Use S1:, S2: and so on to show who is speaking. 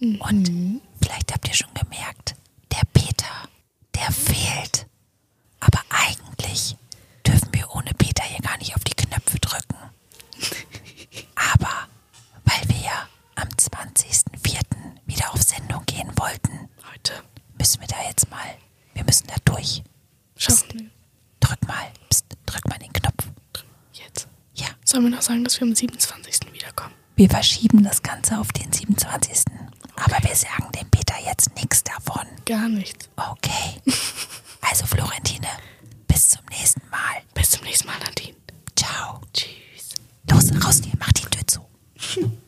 S1: Und vielleicht habt ihr schon gemerkt, der Peter, der fehlt. Aber eigentlich dürfen wir ohne Peter hier gar nicht auf die Knöpfe drücken. Aber weil wir ja am 20.04. wieder auf Sendung gehen wollten,
S2: Heute.
S1: müssen wir da jetzt mal, wir müssen da durch.
S2: Schaffen wir.
S1: Drück mal, pst, drück mal den Knopf.
S2: Jetzt.
S1: Ja,
S2: Sollen wir noch sagen, dass wir am 27. wiederkommen?
S1: wir verschieben das Ganze auf den 27. Aber wir sagen dem Peter jetzt nichts davon.
S2: Gar nichts.
S1: Okay. Also Florentine, bis zum nächsten Mal.
S2: Bis zum nächsten Mal, Nadine.
S1: Ciao.
S2: Tschüss.
S1: Los, raus dir, mach die Tür zu.